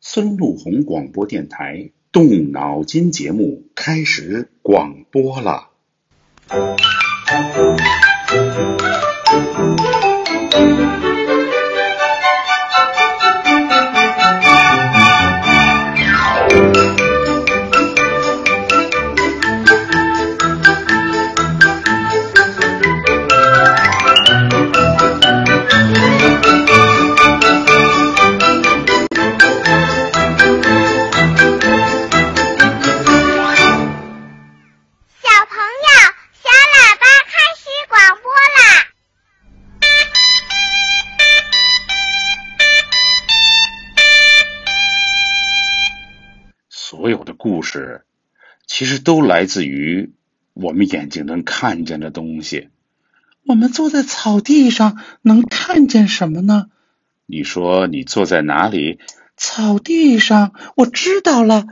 孙路红广播电台《动脑筋》节目开始广播了。小朋友，小喇叭开始广播啦！所有的故事其实都来自于我们眼睛能看见的东西。我们坐在草地上能看见什么呢？你说你坐在哪里？草地上，我知道了，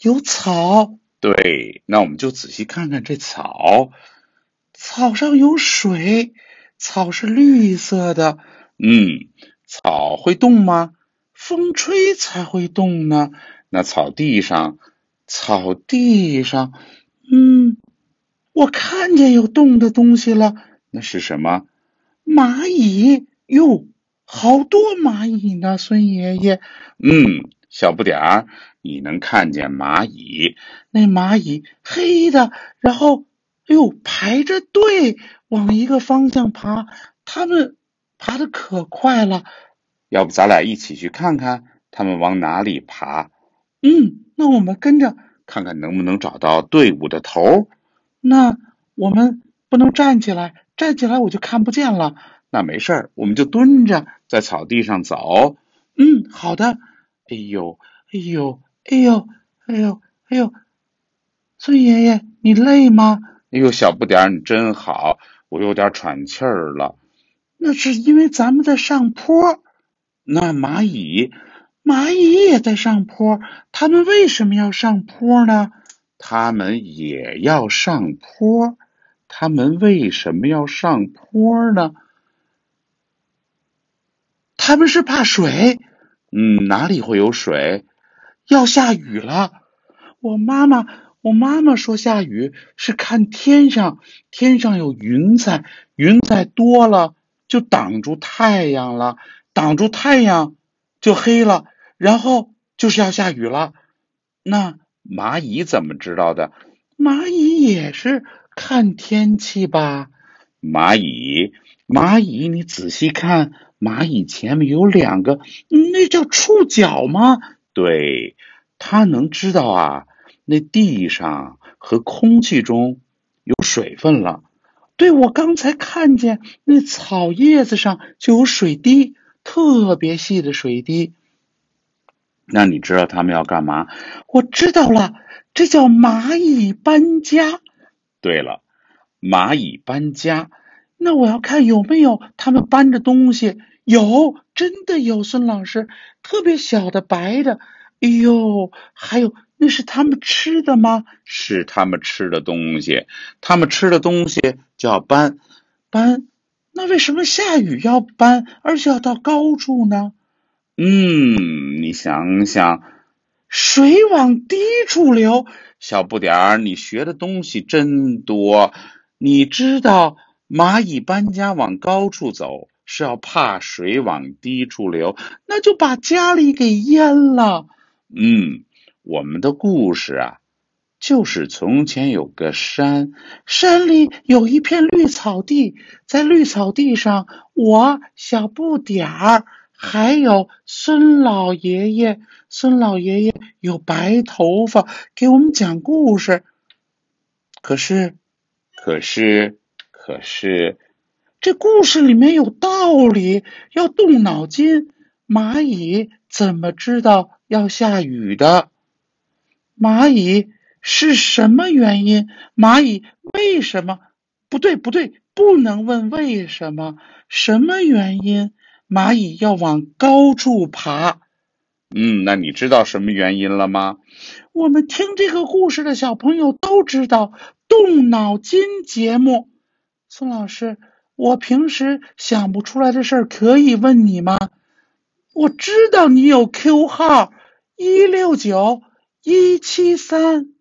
有草，对，那我们就仔细看看这草。草上有水，草是绿色的，嗯，草会动吗？风吹才会动呢。那草地上，草地上，嗯，我看见有动的东西了，那是什么？蚂蚁哟，好多蚂蚁呢，孙爷爷。嗯，小不点儿，你能看见蚂蚁？那蚂蚁黑的，然后哎呦排着队往一个方向爬，它们爬的可快了。要不咱俩一起去看看它们往哪里爬，嗯，那我们跟着，看看能不能找到队伍的头儿？那我们不能站起来，站起来我就看不见了。那没事儿，我们就蹲着在草地上走。嗯，好的。哎呦，哎呦，哎呦，哎呦，哎呦，孙爷爷，你累吗？哎呦，小不点儿，你真好，我有点喘气儿了。那是因为咱们在上坡，那蚂蚁蚂蚁也在上坡，它们为什么要上坡呢？它们也要上坡，它们为什么要上坡呢？它们是怕水，嗯，哪里会有水？要下雨了。我妈妈，我妈妈说下雨是看天上，天上有云彩，云彩多了就挡住太阳了，挡住太阳就黑了，然后就是要下雨了。那蚂蚁怎么知道的？蚂蚁也是看天气吧？蚂蚁，蚂蚁，你仔细看，蚂蚁前面有两个，那叫触角吗？对，它能知道啊，那地上和空气中有水分了。对，我刚才看见那草叶子上就有水滴，特别细的水滴。那你知道它们要干嘛？我知道了，这叫蚂蚁搬家。对了，蚂蚁搬家，那我要看有没有他们搬的东西，有，真的有，孙老师，特别小的白的，哎呦，还有那是他们吃的吗？是它们吃的东西，它们吃的东西就要搬。搬，那为什么下雨要搬，而且要到高处呢？嗯，你想想，水往低处流，小不点儿，你学的东西真多。你知道蚂蚁搬家往高处走是要怕水往低处流。那就把家里给淹了。嗯，我们的故事啊，就是从前有个山，山里有一片绿草地，在绿草地上，我小不点儿，还有孙老爷爷。孙老爷爷有白头发，给我们讲故事。可是可是，可是，这故事里面有道理，要动脑筋。蚂蚁怎么知道要下雨的？蚂蚁是什么原因？蚂蚁为什么？不对，不对，不能问为什么，什么原因？蚂蚁要往高处爬。嗯，那你知道什么原因了吗？我们听这个故事的小朋友都知道“动脑筋”节目。孙老师，我平时想不出来的事儿可以问你吗？我知道你有 Q 号，一六九一七三。